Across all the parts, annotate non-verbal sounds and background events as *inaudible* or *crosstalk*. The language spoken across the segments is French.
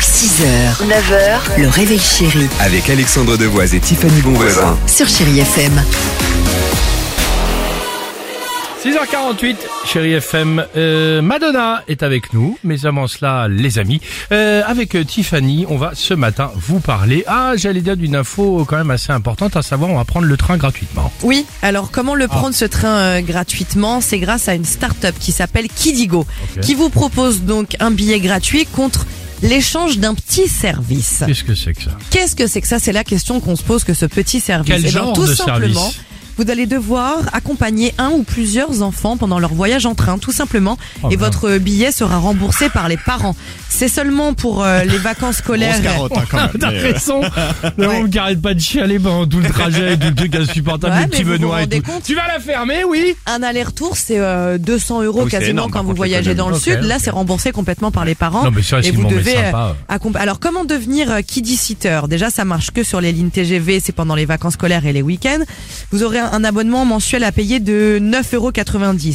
6h, 9h, le réveil chéri Avec Alexandre Devoise et Tiffany Bonvoisin. sur Chéri FM. 6h48, chérie FM, euh, Madonna est avec nous, mais avant cela, les amis, euh, avec euh, Tiffany, on va ce matin vous parler, ah j'allais dire d'une info quand même assez importante, à savoir on va prendre le train gratuitement. Oui, alors comment Ah. le prendre ce train euh, gratuitement C'est grâce à une start-up qui s'appelle Kidigo, Ok. qui vous propose donc un billet gratuit contre l'échange d'un petit service. Qu'est-ce que c'est que ça Qu'est-ce que c'est que ça C'est la question qu'on se pose que ce petit service. Quel Eh ben, genre tout de simplement, service vous allez devoir accompagner un ou plusieurs enfants pendant leur voyage en train, tout simplement, Oh, et merde. votre billet sera remboursé par les parents. C'est seulement pour euh, les vacances scolaires. *laughs* *laughs* *laughs* T'as raison, le Ouais. monde qui arrête pas de chialer pendant tout *laughs* le trajet, et tout le truc insupportable, Ouais, le mais petit vous vous Benoît et rendez tout. compte Tu vas la fermer, oui Un aller-retour, c'est euh, 200 euros oui, c'est quasiment énorme, quand par vous contre, voyagez dans le l'économie. sud. Ok, Là, ok. c'est remboursé complètement par les parents. Non, mais ça, et c'est vous bon, mais devez euh, sympa. accomp- Alors, comment devenir euh, kiddie sitter Déjà, ça marche que sur les lignes TGV, c'est pendant les vacances scolaires et les week-ends. Vous aurez un- un abonnement mensuel à payer de 9,90 euros.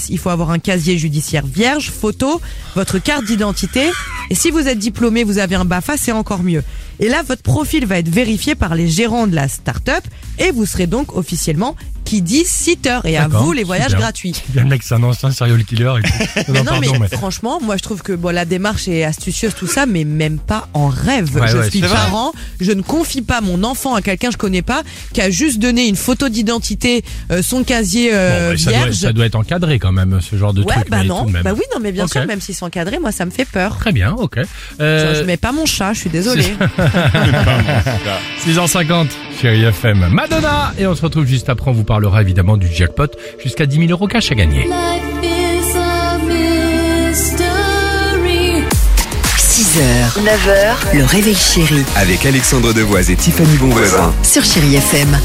Il faut avoir un casier judiciaire vierge, photo, votre carte d'identité. Et si vous êtes diplômé, vous avez un BAFA, c'est encore mieux. Et là, votre profil va être vérifié par les gérants de la start-up et vous serez donc officiellement kiddie sitter. Et à D'accord, vous, les voyages super. gratuits. Il y a le mec, c'est un ancien serial killer *laughs* et tout. Non, Non, pardon, mais, mais- franchement, moi je trouve que bon, la démarche est astucieuse, tout ça, mais même pas en rêve. Ouais, je ouais, suis c'est vrai. parent, je ne confie pas mon enfant à quelqu'un que je connais pas, qui a juste donné une photo d'identité, euh, son casier euh, Bon, bah, ça, doit, vierge. ça doit être encadré quand même, ce genre de ouais, truc. bah mais non, tout de même. bah oui, non, mais bien Ok. sûr, même s'ils sont encadrés, moi ça me fait peur. Très bien, ok. Genre, Euh, Je mets pas mon chat, je suis désolée. 6h50, chérie FM, Madonna Et on se retrouve juste après, on vous parlera évidemment du jackpot, jusqu'à 10 000 euros cash à gagner. Life is a mystery. 6h, 9h, le réveil chéri Avec Alexandre Devoise et Tiffany Bonvoisin. sur Chéri FM.